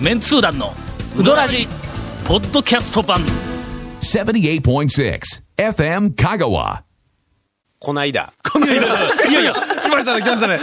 メンツー団のウドラジポッドキャスト版78.6 FM Kagawa. こないだ。いやいや来ましたね、来ましたね。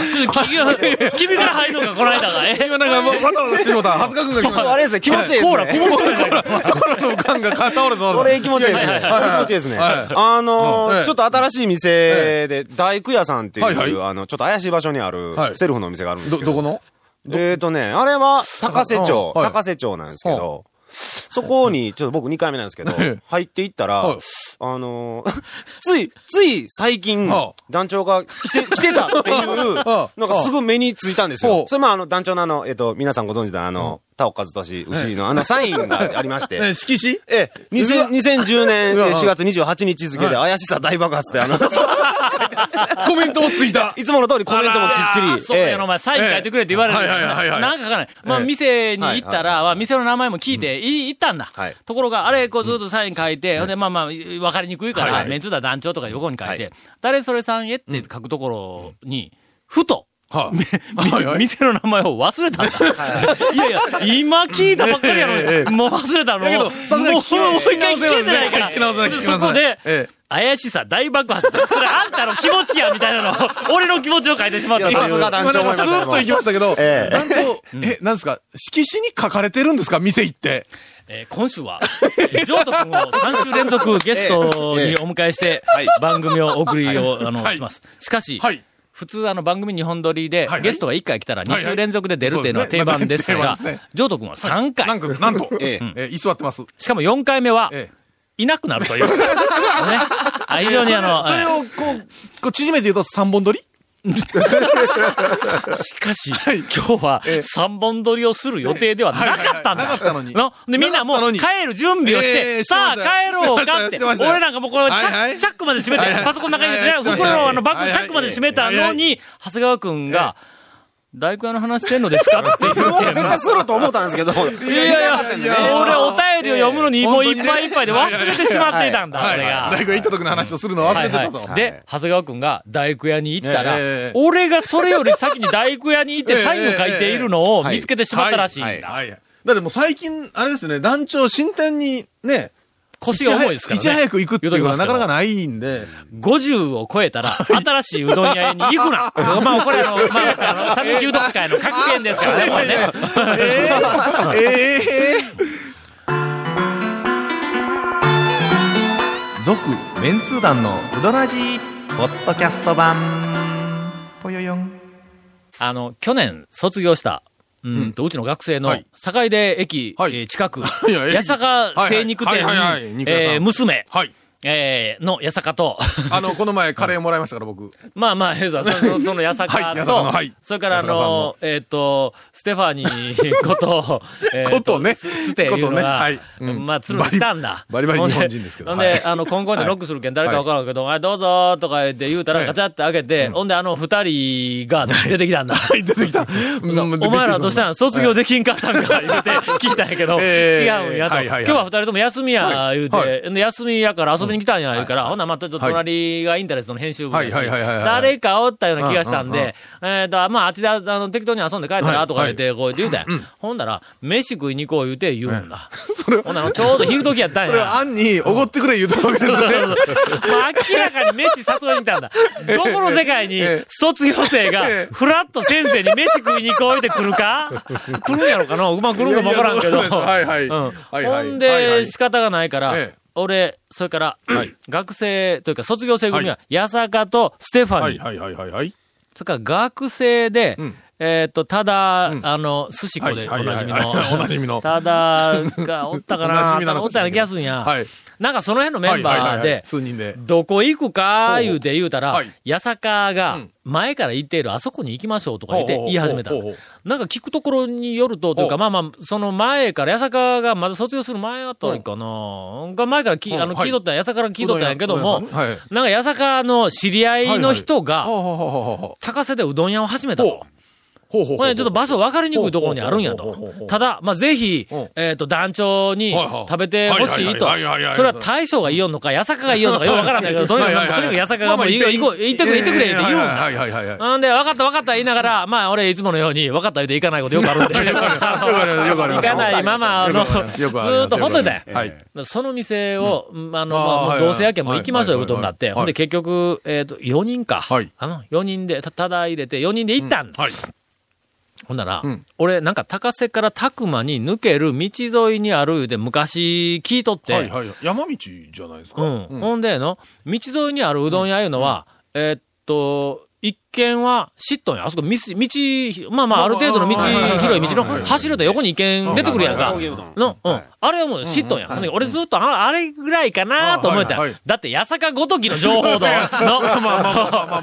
君が君から入るのがこの間がえ今なんかもうわざわざしてることは恥ずかくんが来ましあれですね、気持ちいいですコーラこね。ぼしてるじゃないかた。コーラの缶が倒れたこ倒れれ気持ちいいですね。気持ちいいですね。あのはー、いちょっと新しい店で、大工屋さんってはいはいいう、あの、ちょっと怪しい場所にあるは、いセルフのお店があるんでた。すど、けどど。このえーとね、あれは、高瀬町、はい高瀬町なんですけど、そこに、ちょっと僕2回目なんですけどええ、入っていったらはい、あのー、 つい、つい最近はあ、団長が来 て、来てたっていう、なんはかあすぐ目についたんですほよう。それもあの、団長のあの、えっと、皆さんご存知のあの、田尾和俊牛のあ のサインがありまして、え、色紙ええ、2000 2010年うわ4月28日付では怪しさ大爆発で、あ の、コメントもついた。いつもの通りコメントもきあっちそうり、やえろ、お前、サイン書いてくれって言われる。ええはいはいはいはいなんか書かない。まあ、店に行ったはら、まあ店の名前も聞いて、い行ったんだはい。ところが、あれ、こうずっとサイン書いて、ほんで、まあまあ、わかりにくいかはいら、はいメンツだ団長とか横に書いはて、誰それさんへって書くところに、ふと、はみいはい。店の名前を忘れたんだ。いやいや、今聞いたばっかりやえええのに、もう忘れたの。だけどさすがに聞きもうもう一回直聞せますねけてないから。聞き直さなきでゃ聞きそ直さこなきゃでええ、怪しさ大爆発。それあんたの気持ちや、みたいなのを、俺の気持ちを書いてしまった。いやさすが団長今なんかスーッと行きましたけど、ええ団長、え、なんですか色紙に書かれてるんですか店行って。えー今週は、ジョート君を3週連続ゲストにお迎えして、番組をお送りを、あの、はいします。しかし、はい。普通あの番組2本撮りで、はいはいゲストが1回来たら2はいは週い連続で出るっていうのは定番ですそうがですね定番ですね、ジョート君は3なん回。か、なんと、ええええ、居座ってます。しかも4回目は、ええ。いなくなる という。ね。あ非常にあの、それはをこう、こう縮めて言うと3本撮りいしかし、今日は3本撮りをする予定ではなかったんだ。はいはいはいなかったのにで、みんなもなかうったのに帰る準備をして、えーしてさあました帰ろうかって。してましたしてました俺なんかもうこれ、チャはいはいチャックまで閉めて、はいはいパソコンの中に入れて、はいは袋いのあしてましたのバッはグいチはいャックまで閉めたのに、長谷川くんが、大工屋の話してんのですかって言ってえ。もう絶対すると思ったん ですけど、いやいやいや俺お便りを読むのにええもういっぱいいっぱいで忘れてしまっていたんだ、は俺が。いはい。大工行った時の話をするの忘れてたと。はいはい、で、長谷川くんが大工屋に行ったら、ええええ俺がそれより先に大工屋に行ってええサインを書いているのをええ見つけてしまったらしいんだ。はいはいはい。だってもう最近、あれですよね、団長、新店にね、腰が重いですからね。いち早く行くっていうことはなかなかい。ないんで。 50を超えたら、新しいうどん屋に行く な。まあ、これあの、まあ、あの、讃岐うどん会の格言です からね、これね。ええ続メンツー団のウドラジポッドキャスト版ぽよよん あの、去年卒業した、うんと、うちの学生のはい、坂出駅、はいえー近く、いや駅八坂精肉店はいはいはいはい肉屋さんえー娘、はい。えーの八坂と、あの、この前カレーもらいましたから、僕。まあまあ、ヘザー、その、その八は坂い八と、坂のはいそれからあ八坂さんのの、えっ、と、ステファニーこと、 えーことねスステいうのことねが、はいうんまあ、鶴に来たんだ。バリバリほん日本人ですけどほんで、はいあの、コンコンでノックするけん誰かわからんけど、あどうぞとか言って言うたら、はいガチャって開けて、ほんで、あの二人が出てきたんだ。はい、出てきた。お前らどうしたん卒業できんかったんか言うて聞いたんやけど、 えー違うんやと。はい今はいはい日は二人とも休みやはい言うて、はで休みやから遊びに来たんや言うから、ほんならまたちょっと隣がインタレストの編集部やし、はいはいはいはいはい誰かおったような気がしたんうんうんうんで、えっと、まああっちであの適当に遊んで帰ったはらいとか言ってこう言うて、ほんなら、飯食いに行こう言うて言うんだ。 それをほんならちょうど昼時やったんや。それは、案に、おごってくれ言うたわけですそうね。そうそうもう明らかに飯誘いに来たんだ。どこの世界にええ卒業生がええふらっと先生に飯食いに来いって来るか来るんやろかのうまあ来るんかもわからんけど。いやいやそうですはいはい。はいはうん。ほいんはいはで、い仕方がないからええ、俺、それから、学生というか卒業生組は、八坂とステファはニいー、はいはいはいはい。それから学生でん、えっと、ただ、あの、寿司子でおはいはいなじみはいの はい、おなじみのただがおったか おなじみなな、のかおったような気がするんや。はい。なんかその辺のメンバーはいはいはいはでい、数人で。どこ行くか言うて言うたらはい、八坂がうん前から言っているあそこに行きましょうとか言ってほうほう言い始めたほうほう。なんか聞くところによると、というかまあまあ、その前から、八坂がまだ卒業する前あたりかな。が前からきうんあのは聞いいとったんや、八坂から聞いとったんやけどもうどん、屋はい。なんか八坂の知り合いの人が、ほうほうほうほうほう高瀬でうどん屋を始めたほうと。ほうほうほうこれちょっと場所分かりにくいところにあるんやほうほうほうとほうほ。うただ、まあ、ぜひうん、えっと、団長にはいはい食べてほしいと。そはいれはいはいはいははい大将が言おんのか、八坂が言おんのか、よく分からんないけど、とにか はいはいく、はいとにかく八坂がもういいよ行こう、行ってくれ、行ってくれって言うんだ。はいはいはいはい。なんで、分かった分かった言いながら、まあ、俺いつものように、分かった言うて行かないことよくあるん で。よくあり行ますかないまま、あの、よずくありますよくありーまっすとほっといたんやはい。その店を、うんあの、あーまあもはういどうせやけんもうはい行きましょういうことになって、はいほんではい結局、えっと、4人かはい。あの、4人で、たただ入れて、4人で行ったん。はい。ほんならん、俺、なんか高瀬から拓磨に抜ける道沿いにあるで昔聞いとっはいて、はい。山道じゃないですか。うん。うんほんでの、道沿いにあるうどん屋いうのは、えーっと、一見は知っとんや。あそこ、道、道、まあまあ、ある程度の道、まあまあまあ広い道のはいはいはい柱で横に一見出てくるやんかうんはいはいはい。の、うはんい。あれはもう知っとんや。ほんで俺ずっとああれぐらいかなと思ってたあはいはい。だって、八坂ごときの情報度の、まあまあ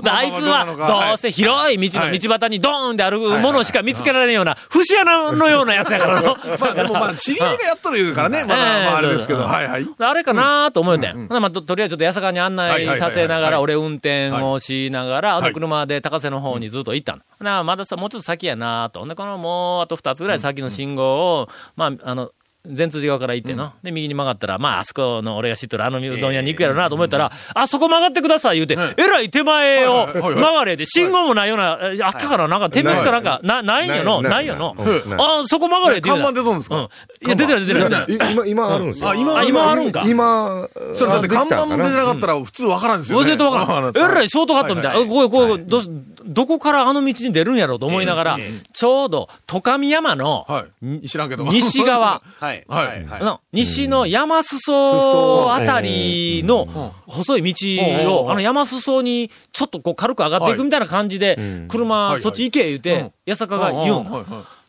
であいつは、どうせ広い道の道端にドーンって歩くものしか見つけられないような、節穴のようなやつやからの。 まあでもまあ、知り合いがやっとる言うからね、まだええまああれですけど、そうはいはい。あれかなと思うてん。ほんならまあ、ととりあえずちょっと八坂に案はいは内いはいはさいせながら、はい俺運転をしながら、あはのい車で高瀬の方にずっと行ったの。ほなまださ、もうちょっと先やなと。ほんで、このもう、あと2つぐらい先の信号を、まあ、あの、前通寺側から行っての。で、右に曲がったら、まあ、あそこの俺が知っとるあのうどん屋に行くやろなと思ったら、あそこ曲がってください言うて、えらい手前をはいはいはい曲がれで、信号もないような、えあったからなんか、点滅かなんか、な、ないんやの、ないんやの。あ、そこ曲がれって言看うた板でどうですうん。かいや、出てる出てる出てる。い今、今あるんですよ。あ今あ今あるんか今、それだって看板も出てっなかったら普通わからんですよ忘ね。れてわからん。えらいショートカットみたいな。はいこうこう、どうしどこからあの道に出るんやろうと思いながら、ちょうど、十神山のはい。知らんけど。西側、はい。 はいはい。はいの西の山裾あたりの細い道うを、んあの山裾にちょっとこう軽く上がっていくみたいな感じで、車、はいそっち行け言うはて、八坂が言うはの。いは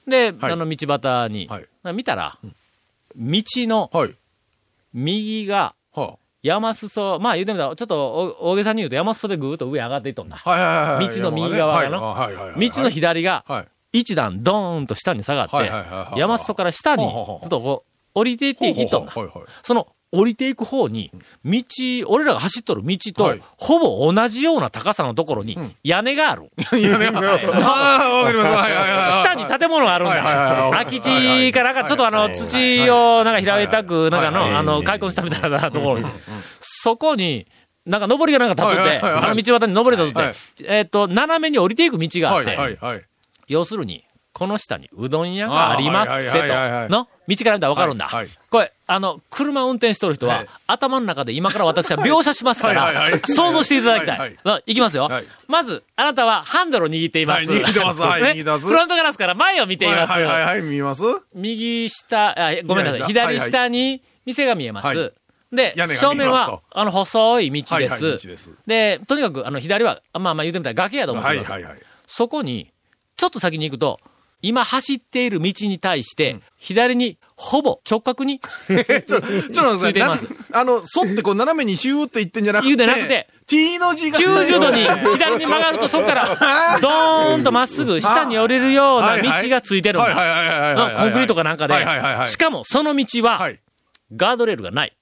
で、はいあの道端にはい、見たら、道のい。はい。右が、は山裾、まあ言うてみたら、ちょっと大げさに言うと山裾でぐーっと上上がっていっとんだ。あはいはいはい。道の右側がなはいはいはいはい。道の左がはい。一段ドーンと下に下がっはいはいはいはいはて、い山裾から下に、ちほうほうほょうっとこう、降りていっていっとんだは。いはい。その、降りていく方に、道、俺らが走っとる道はとい、ほぼ同じような高さのところにん、屋根がある。ああ、わかります。はいはいは下い。に建物があるんだよはいはいはいはい空き地かなんか、ちょっとあの、土をなんか平べったく、なんかの、あの、開墾したみたいなところに、そこに、なんか上りがなんか立っとって、はいはいはいはいあの道端に上り立っとはっいて、えっと、斜めに降りていく道があはっいて、はいはい。要するに、この下にうどん屋がありますせあーはいはいはいはいと。の道から見たらわかるんだ。はいはいこれ、あの、車運転しとる人は、はい頭の中で今から私は描写しますかはいはいらは、い想像していただきたい。はいいはいい、きますよ、はいまず、あなたはハンドルを握っています。はい握ってますはいね握ってますフロントガラスから前を見ています。はいはいはい、見えます右下あ、ごめんなさい。左左下下に店が見えます。はいで屋根が見えま、すと正面は、あの、細い道です。はいはい道ですで、とにかく、あの、左は、まあまあ言うてみたら崖やと思ってくはださいい。はいはい。そこに、ちょっと先に行くと、今走っている道に対して、左にほぼ直角 にちょっと待ってくださついていなあの、沿ってこう斜めにシューって行ってんじゃなく言うて、てなくて T の字が。 90度に左に曲がるとそこから、ドーンとまっすぐ下に降りるような道がついてるんはいはいだ。はいはいはいはい。コンクリートかなんかではいはいはいは。い。しかもその道はは、い。ガードレールがない。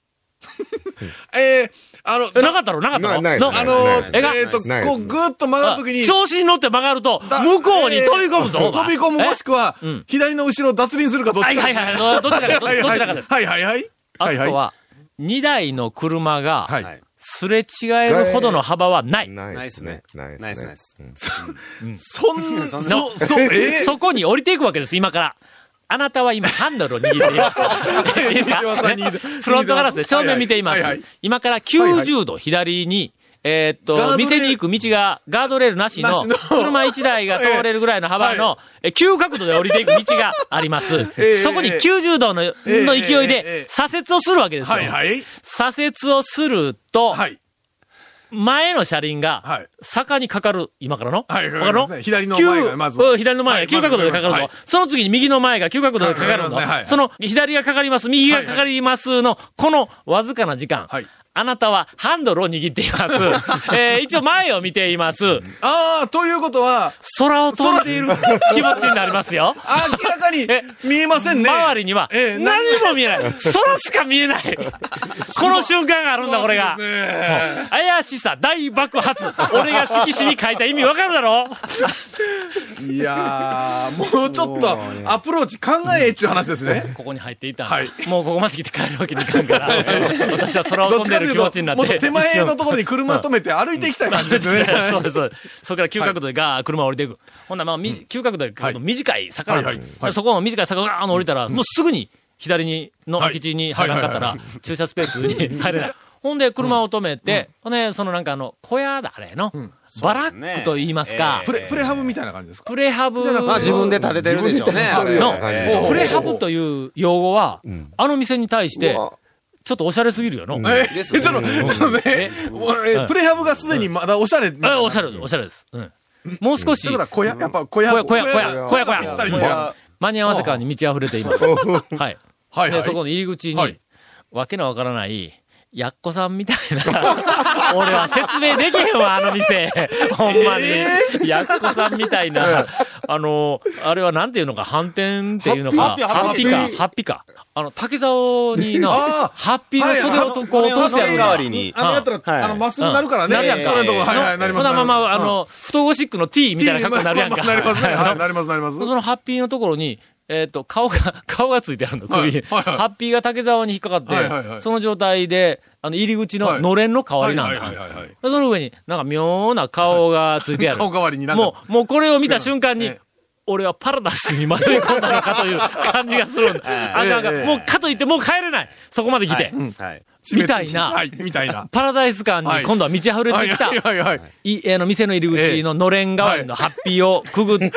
えー、あの、えなかったろなかったろないのないあのない、えがえっと、ないこう、ぐーっと曲がるときに、調子に乗って曲がると、だ向こうに飛び込むえぞー。飛び込む、もしくくはうん、左の後ろを脱輪するかどっちはか。いはいはい。どどちらか、どどちらかです。はいはいはい。あはいそはいこ。は、2台の車が、はい。はいすれ違えるほどの幅はない。ないっすね。ないっすねないっすないっねす。うんそん、そ、んなそ、えーそこに降りていくわけです、今から。あなたは今、ハンドルを握っています。いいですか握ってます握ってフロントガラスで正面見ていますはいはいはいはい。今から90度左に、えーっガーと、ドレール店に行く道が、ガードレールなしのなし、の車1台が通れるぐらいの幅 の、え急角度で降りていく道がありますえ。えそこに90度ののえ勢いええでえ左折をするわけですよはい。はい。左折をすると、はい。前の車輪はがい、坂にかかる、今からのはいわかかかるりのますね左の前がまず急左の前はがい急角度でかかるまぞずかかり。その次に右の前が急角度でかかるかかりぞますねは。いその左がかかります、右がかかりますの、このわずかな時間はい。あなたはハンドルを握ってい ます。えー一応前を見ています。ああ、ということは、空を飛んでいる気持ちになりますよ。明らかにえ見えませんね。周りにはええ何も見えない。空しか見えない。 この瞬間があるんだ、これが。ね怪しさ大爆発。俺が色紙に書いた意味わかるだろいやー、もうちょっとアプローチ考ええっちゅう話ですね。ここに入っていた、はいもうここまで来て帰るわけにいかん から、私は空をどっ飛んちでかとるいう気と持ちにな、っ。もってと手前のところに車止 めて歩いていきたい感じですね。そうです、そうです。そこから急角度でガー車降りていく。ほんなら、まあ、み急角度で、はい短い坂なんではいはいはいそこの短い坂をガーン降りたら、もうすぐに左に、のは空きい地に入らんかったら、駐車スペースに入れない。ほんで、車を止めて、ほんで、そのなんかあの、小屋だ、あれの、バラックと言いますか、 プレ、プレハブみたいな感じですかプレハブ。まあ自分で建ててるでしょうね。あれのええプレハブという用語は、あの店に対してうわ、ちょっとおしゃれすぎるよの。え、でちすよょっねと、ちょっとね、もううんえプレハブがすでにまだおしゃれみたいあな。おしゃれ、おしゃれです。うんもう少しという、ことは小屋、やっぱ小屋、小屋、小屋、小屋、小屋、小ぴ屋ったり小みたいな屋。。間に合わせ感に満ち溢れています。はい。はいはで、い。そこの入り口はにい、わけのわからない、やっこさんみたいな、 俺は説明できへんわ、あの 店。ほんまに。やっこさんみたいな、あの、あれはなんていうのか、反転っていうのか、ハッピーか、ハッピーか。あの、竹竿にな、あーハッピーの袖をとこう通してやるあれは代わりにあのやったはいら、あの、まっすぐなるからね。なるやんかそれのとこ、はいはい、のなりまほす。なまあまなあ、あの、太ゴシックの T みたいな格好になるやんか。なりますね。はいなります、なります。そのハッピーのところに、えっ、と、顔が、 顔がついてあるの、首に。はいはいはいハッピーが竹竿に引っかかって、はいはいはいその状態で、あの、入り口はのいのれんの代わりなんだ。はいはいはいはいはいその上に、なんか妙な顔がついてある。顔代わりになんかもう、もうこれを見た瞬間にええ、俺はパラダイスに迷い込んだのか という感じがするんだ。あかんあかんええもうかといってもう帰れない。そこまで来て。はい。みたいなはい、みたい な。パラダイス感に今度は満ち溢れはていきたはい、はいはい。い、えーの、店の入り口ののれん代わりのハッピーをく ぐって、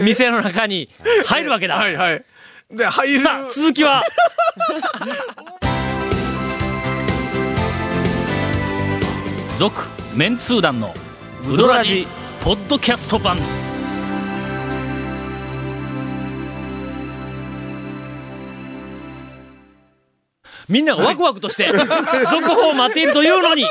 店の中に入るわけだ。はいはい。で、入る。さあ、続き は、続、メンツー団の、ウドラジ、ポッドキャスト版。みんながワクワクと して、続報を待っているというのに、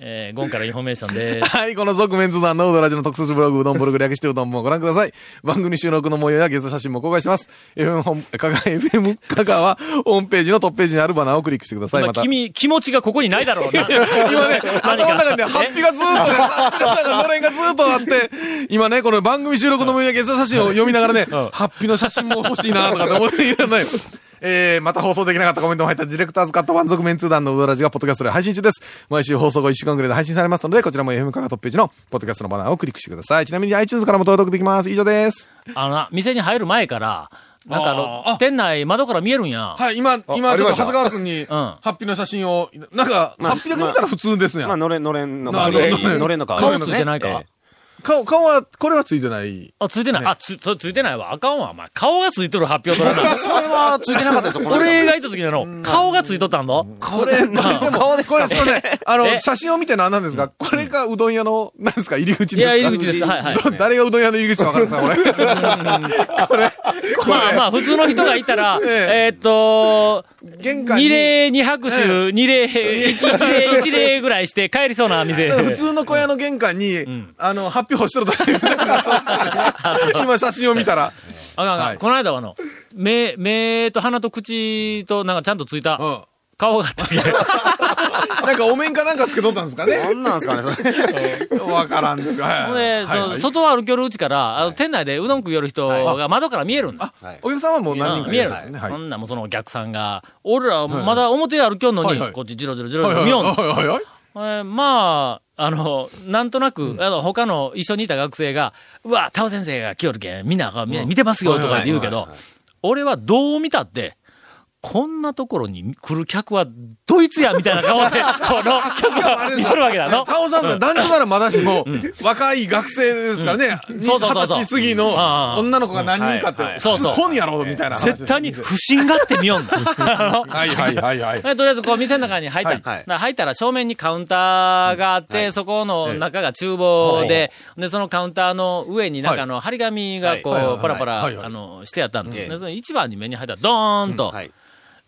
えー、ゴンからインフォメーションです。はい、この続メンズ団のうどラジの特設ブログ、うどんブログ略してうどんもご覧ください。番組収録の模様やゲスト写真も公開してます。FM 本、かが、FM 香川ホームページのトップページにあるバナーをクリックしてください。また。今ね、君、気持ちがここにないだろうな。 何頭の中でハッピーがずーっとね、頭の中のれんがずーっとあって、今ね、この番組収録の模様やゲスト写真を読みながらね、んハッピーの写真も欲しいなとかって思っていらない。 えー、また放送できなかったコメントも入ったディレクターズカット満足メンツー団のうどラジがポッドキャストで配信中です。毎週放送後1週間くらいで配信されますので、こちらも FM カがトップページのポッドキャストのバナーをクリックしてください。ちなみに iTunes からも登録できます。以上です。あのな、店に入る前から、なんかあの、あーあ店内窓から見えるんや。はい、今、今、ちょっと長谷川君に、ハハッピーの写真を、なんか、あハッピーだけ見たら普通ですね。まあ、のれん、のれんのな代るわほどりに。のれんの代わ顔りつに。いてないか、ええ顔、顔は、これはついてない。あ、ついてない。あ、つ、そついてないわ。あかんわ、お前。顔がついとる発表取らな。それはついてなかったですよ、この間俺がいた時なの、顔がついとったんのこれ、顔ですこれ、すいません。あえの、写真を見てのは何ですかこれがうどん屋の、何ですか入り口いですや、か入り口です。はいはい。ど誰がうどん屋の入り口か分かるんですかこれ。まあまあ、普通の人がいたら、ええーっと、 玄関に。二礼二拍手、二礼、一礼、一礼ぐらいして帰りそうな 店。普通の小屋の玄関に、あの、発表してるだ けみたいな今写真を見たら。あかんあかんはいこの間はあの、目、目と鼻と口となんかちゃんとついた、うん。顔があったり。なんかお面かなんかつけとったんですかね。何なんですか ね、それ。分からんですが。はいほんで、はいそはうい外を歩きよるうちから、あの店内でうどん食いよる人が窓から見えるんだ。はいお客さんはもう何人うんか見いえらっるしゃるね。。はいほ。んならもうそのお客さんが、俺らまだ表歩きよんのはいには、いこっちじろじろじろはじいろは見よんの。いはいはいはい。えーまあ、あの、なんとなく、あの、他の一緒にいた学生が、うわ、タオ先生が来よるけん、みんなが、みんな見てますよ、とかって言うけど、俺はどう見たって、こんなところに来る客はドイツやみたいな 顔で、この客が見よるわけだの。タオさんさん、男女ならまだしも、若い学生ですからね、二そう十そうそうそう歳過ぎの女の子が何人かってうんはいは、いそうそう突っ込んやろうみたいな話です絶対に不審がって見よんだ。あのはいはいはいはい。えとりあえず、こう、店の中に入った。はいはいだから入ったら、正面にカウンターがあって、そこの中が厨房で、で、そのカウンターの上になんかあの、張り紙がこう、はいはいはいパラパラ、はいはいあの、してあったんで、ええでその一番に目に入ったら、ドーンと、はい。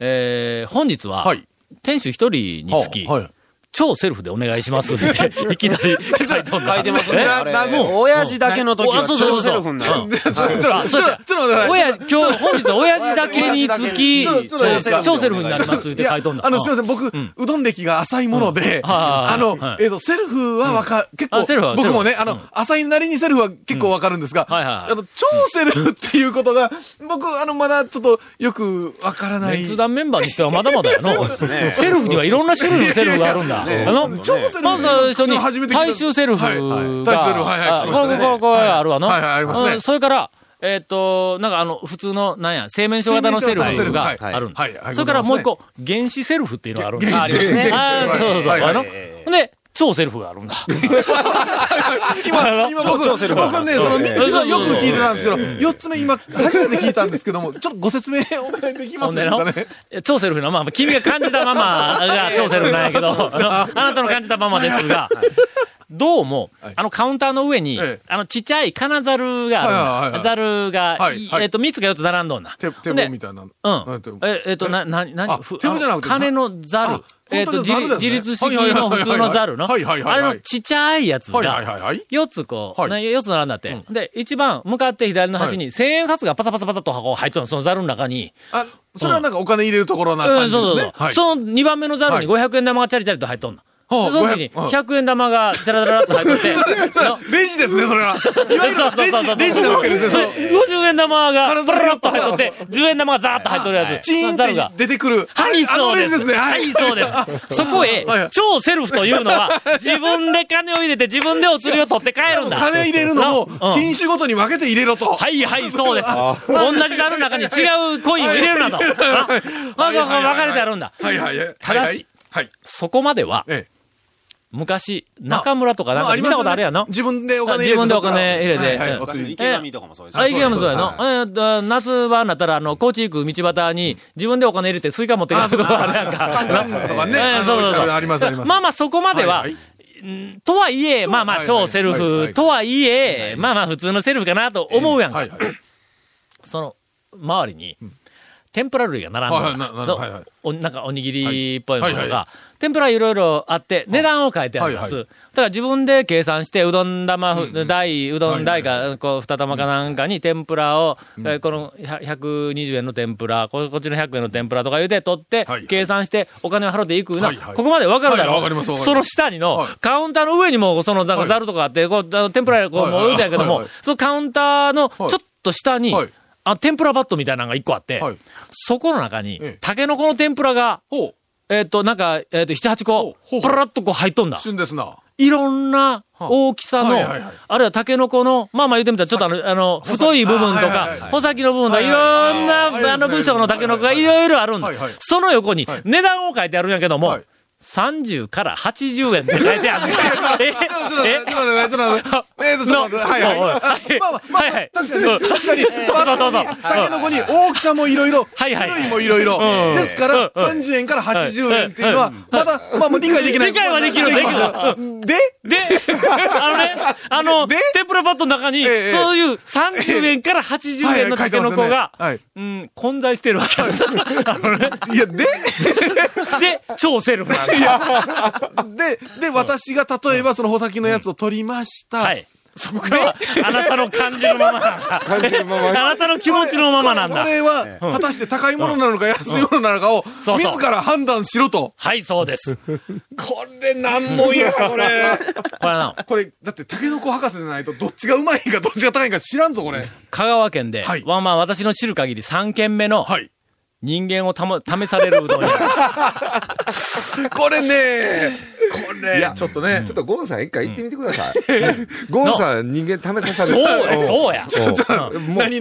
えー、本日は、はい。店主一人につき、はい。超セルフでお願いしますって、 いきなり書いとんだ。書いてますねな、な、もう、親父だけの時あはそうそう超セそうルフになる。ちょ、ちょ、ちょ、ちょ、あちそうやょ、ちょ、待って親、今日、本日は親父だけにつき、ちょちょちょ超セルフになりますっいてや書いとんだ。あの、すみせまん。せん、僕、うどん歴が浅いもので、はいあのは、いえっと、セルフはわか、結構あセルフは、僕もねセ、あルフの、浅いなりにセルフは結構わかるんですが、うんはいはいはいあの、超セルフっていうことが、僕、あの、まだちょっとよくわからない。熱談メンバーにしてはまだまだやの。ねセルフにはいろんな種類のセルフがあるんだ。あの、超セルフまず最初に、大衆セルフが。はいはい大衆セルフ、はいはい、聞あきこましたれ、ね。これ、これ、あるわな。はいはいありますねうんそれから、えっと、なんかあの、普通の、なんや、製麺所型のセルフがはいあるんだはいはい。それからもう一個、原始セルフっていうのがあるんだ。原始セルフありますねあーそうそうそう。はいはいあの、ほんで、超セルフがあるんだ。今、今僕、超セルフ僕ね、その、ええ今よく聞いてたんですけど、4つ目今、初めて聞いたんですけども、ちょっとご説明お願いできまほすんででしのょうかね。、超セルフな、まあ、君が感じたまま が超セルフなんやけど、あのあなたの感じたままですが、どうも、あのカウンターの上にええ、あのちっちゃい金ザルがあるんだ。ザはルがは、いはいえっと、3つが4つ並んどんな。手、手ほんで棒みたいな。うなんて。え、えっと、な、な、なに、あ手棒じゃなくてざ金のザルあ。えっと、本当に自立ザルだよね自立式の普通のザルの。はいはいはいはいはあいはいはいれのちっちゃいやつはいはいが、はいはい。 4つこう、はいな4つ並んだって。で、一番向かって左の端に、千円札がパサパサパサっと箱が入っとるの、そのザルの中に。あ、それはなんかお金入れるところなう感ん、じでそうそすうね。そう、はい。その2番目のザルに500円玉がチャリチャリと入っとんの。はあでその時に500はい100円玉がチャラチャラっと入っとって。 それのレジですね、それは。いわゆるそレうそうそうそうジ、レジなわけですね、その。 50円玉が、金パ沢ラッと入っとって、10円玉がザーッと入っとるやつ。チーンザルっがて出てくる。はい、あそのうレで。ジですすね。はい、そうです。 そこへはい、超セルフというのは、自分で金を入れて自分でお釣りを取って帰るんだ。金入れるのなうも、ん禁酒ごとに分けて入れろと。はいはい、そうです。同じ樽の中に違うコインを入れるなと。はいあまはいずはいはい分かれてあるんだ。はいはいはい。ただしはいはい。そこまでは、え昔、中村とかえ。なんか見たことあるやんまのありますよね自分でお金入れ自て。分でお金入れてはいはいうんお釣り池上とかもそうでしょあ、いけやもそうやの。えーと夏場になったら、あの、高知行く道端に、自分でお金入れてスイカ持って帰るとかあるや んカンか。カンとかね。 ええあのそうそうそうありますあります。まあまあ、そこまでは、はいはいうんとはいえ、まあまはあ、い超セルはいはいフ、とはいえ、まあまあ、普通のセルフかなと思うやんはかい。はい。その、周りに、天ぷら類が並んではいはいななはいはないおなんかおにぎりっぽいものはといはいはか、天ぷらいろいろあって、値段を変えてありまはいはす。だから自分で計算して、うどん玉ふ、大、うどん大はいか、こう、二玉かなんかに天ぷらを、えーこの100 120円の天ぷら、ここっちの100円の天ぷらとか言うて取ってはいはい、計算して、お金を払っていくな。はいはいここまでわかるだろ。はいわかりますわかりますその下にのはい、カウンターの上にも、その、なんかはいざるとかあって、こう、あの天ぷらこう、はいはいもう置いてあるけどはいもはい、そのカウンターの、ちょはっいとと下に、はいあ天ぷらバットみたいなのが一個あって、はいそこの中にええ、タケノコの天ぷらが、ほう。えっ、と、なんか、えっ、と、7、8ほう個ほう、パラッとこう入っとんだ。旬ですな。いろんな大きさの、はいはいはいあるいはタケノコの、まあまあ言うてみたら、ちょっとあの、あの、太い部分とあはいかはいは、い穂先の部分とか、はいいろはんいな、ああーの、はいはい文章のタケノコがはいいはいろいろあるんだはいはい。その横にはい、値段を書いてあるんやけども、はい30から80円って書いてある。え ちょっと待って、ちょっと待って、ちょっと待って、えっと、ちょっと待って、はいはい。まあまあ、まあ、確かに、確かに、タケノコに大きさもいろいろ、種類もいろいろ。ですから、30円から80円っていうのは、まだ、まあまあ理解できない。で、で、あのね、あの、で天ぷらバットの中に、ええそういう30円から80円のタケノコが、はいはいうん、混在してるわけです。あのねいや、で、で、超セルフなんですで、で、私が例えばその穂先のやつを取りました。はい。そこからは、あなたの感じのままなんだ。あなたの気持ちのままなんだこ。れは、果たして高いものなのか安いものなのかを、自ら判断しろと。はい、そうです。ここれなんも言えない、これ。れはな、これ、だって、タケノコ博士でないと、どっちがうまいか、どっちが高いか知らんぞ、これ。香川県で、はいまあまあ私の知る限り3軒目のはい。人間をたも試されるうどん屋。これねこれ。いや、ちょっとねちょっ。とゴンさん一回行ってみてください。ゴンさん人間試さされそうや、る。そうや。何、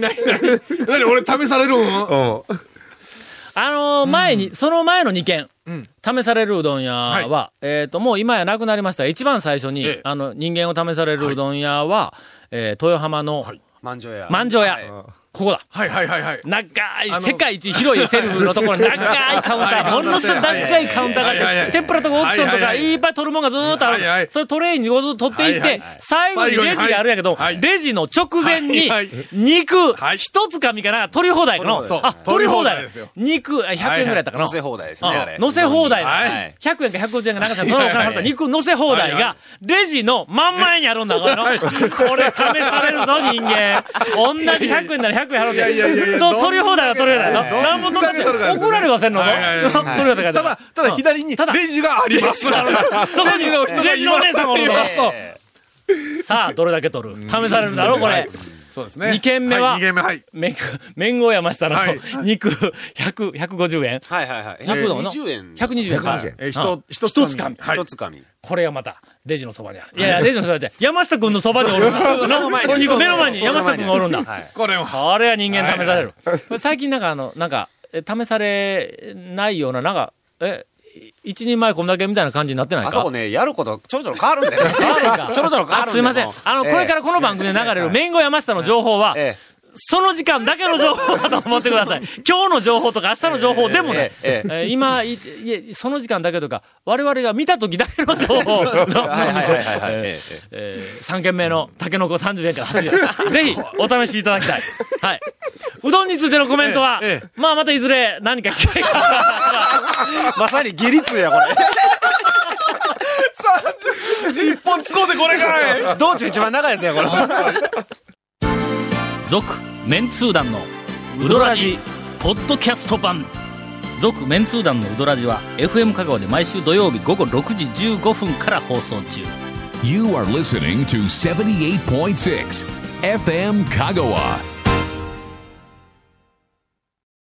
何、何何俺試されるんはそうん。あのー前に、その前の2軒、試されるうどん屋は、えっ、と、もう今やなくなりました。一番最初に、ええあの、人間を試されるうどん屋は、えー豊浜のはい満場や。万丈屋。はいここだ。はいはいはいはい。長いあ、の世界一広いセルフのと ころに長いカウンター、ものすごい長いカウンターがはいはいあっはて、い天ぷらとかオプションとはいはかいはいいっぱい取るもんがずーっとあはいはるい。それトレイにごずつ取っていっはいてはい、最後にレジがあるんやけどはい、レジの直前にはいはい、肉は、い一つかみかな、取り放題の。そうあ、取り放取り放題題ですよ。肉、あ100円ぐらいやったかな。乗せ放題ですね、あれ。乗せ放題だ、はい100円か150円かなんかしたらそのお金払った肉乗せ放題はいはが、レジの真ん前にあるんだ、これの。これ試されるぞ、人間。同じ100円なら100円払ういやいやいやいて。やと取り放題は取り放題どんだの。だけなんぼ取どんだけ取るかっでてすね怒られませんのぞ。はいはいはい取り放題たが。だ、ただ左にただレジがあります。レジがあるなそこにレジの人がいまレジす。のお姉さんがおるのいますとさあ、どれだけ取る試されるだろう、こはれい。そうですね。二軒目は2軒目、はい。麺、麺を山下のはい肉100、150円。はいはいはい。 100の120円。 120円か。えー、あ一つ、一つかみ一つかみはい一。つ紙。これがまた、レジのそばにある。いやい や、レジのそばじゃない山下君のそばにおるんだ。な前にこの肉目の前に山下君がおるんだ。これは。これは人間試される。これ最近なんかあの、なんか、え試されないような、なんか、え、一人前こんだけみたいな感じになってないかあそこね、やることちょろちょろ変わる んだよね。変わるんかちょろちょろ変わあるんだよ。すいません。あの、これからこの番組で流れる、メンゴ山下の情報は、えその時間だけの情報だと思ってくだ さい。今日の情報とか明日の情報でもね、ええええー今い、いえ、その時間だけとか、我々が見た時だけの情報の、はいはいはいはいえええーえー3軒目のタケノコ30円から80円。ぜ ひ、お試しいただきたい。はい。うどんについてのコメントは、えええまあまたいずれ何か機会があっえまさに下痢通や、これ。一本突っ込んでこれかい道中一番長いやつや、これ。たら、続、メンツー団のウドラジ、ポッドキャスト版。続メンツー団のウドラジは FM 香川で毎週土曜日午後6時15分から放送中 You are listening to 78.6 FM Kagawa.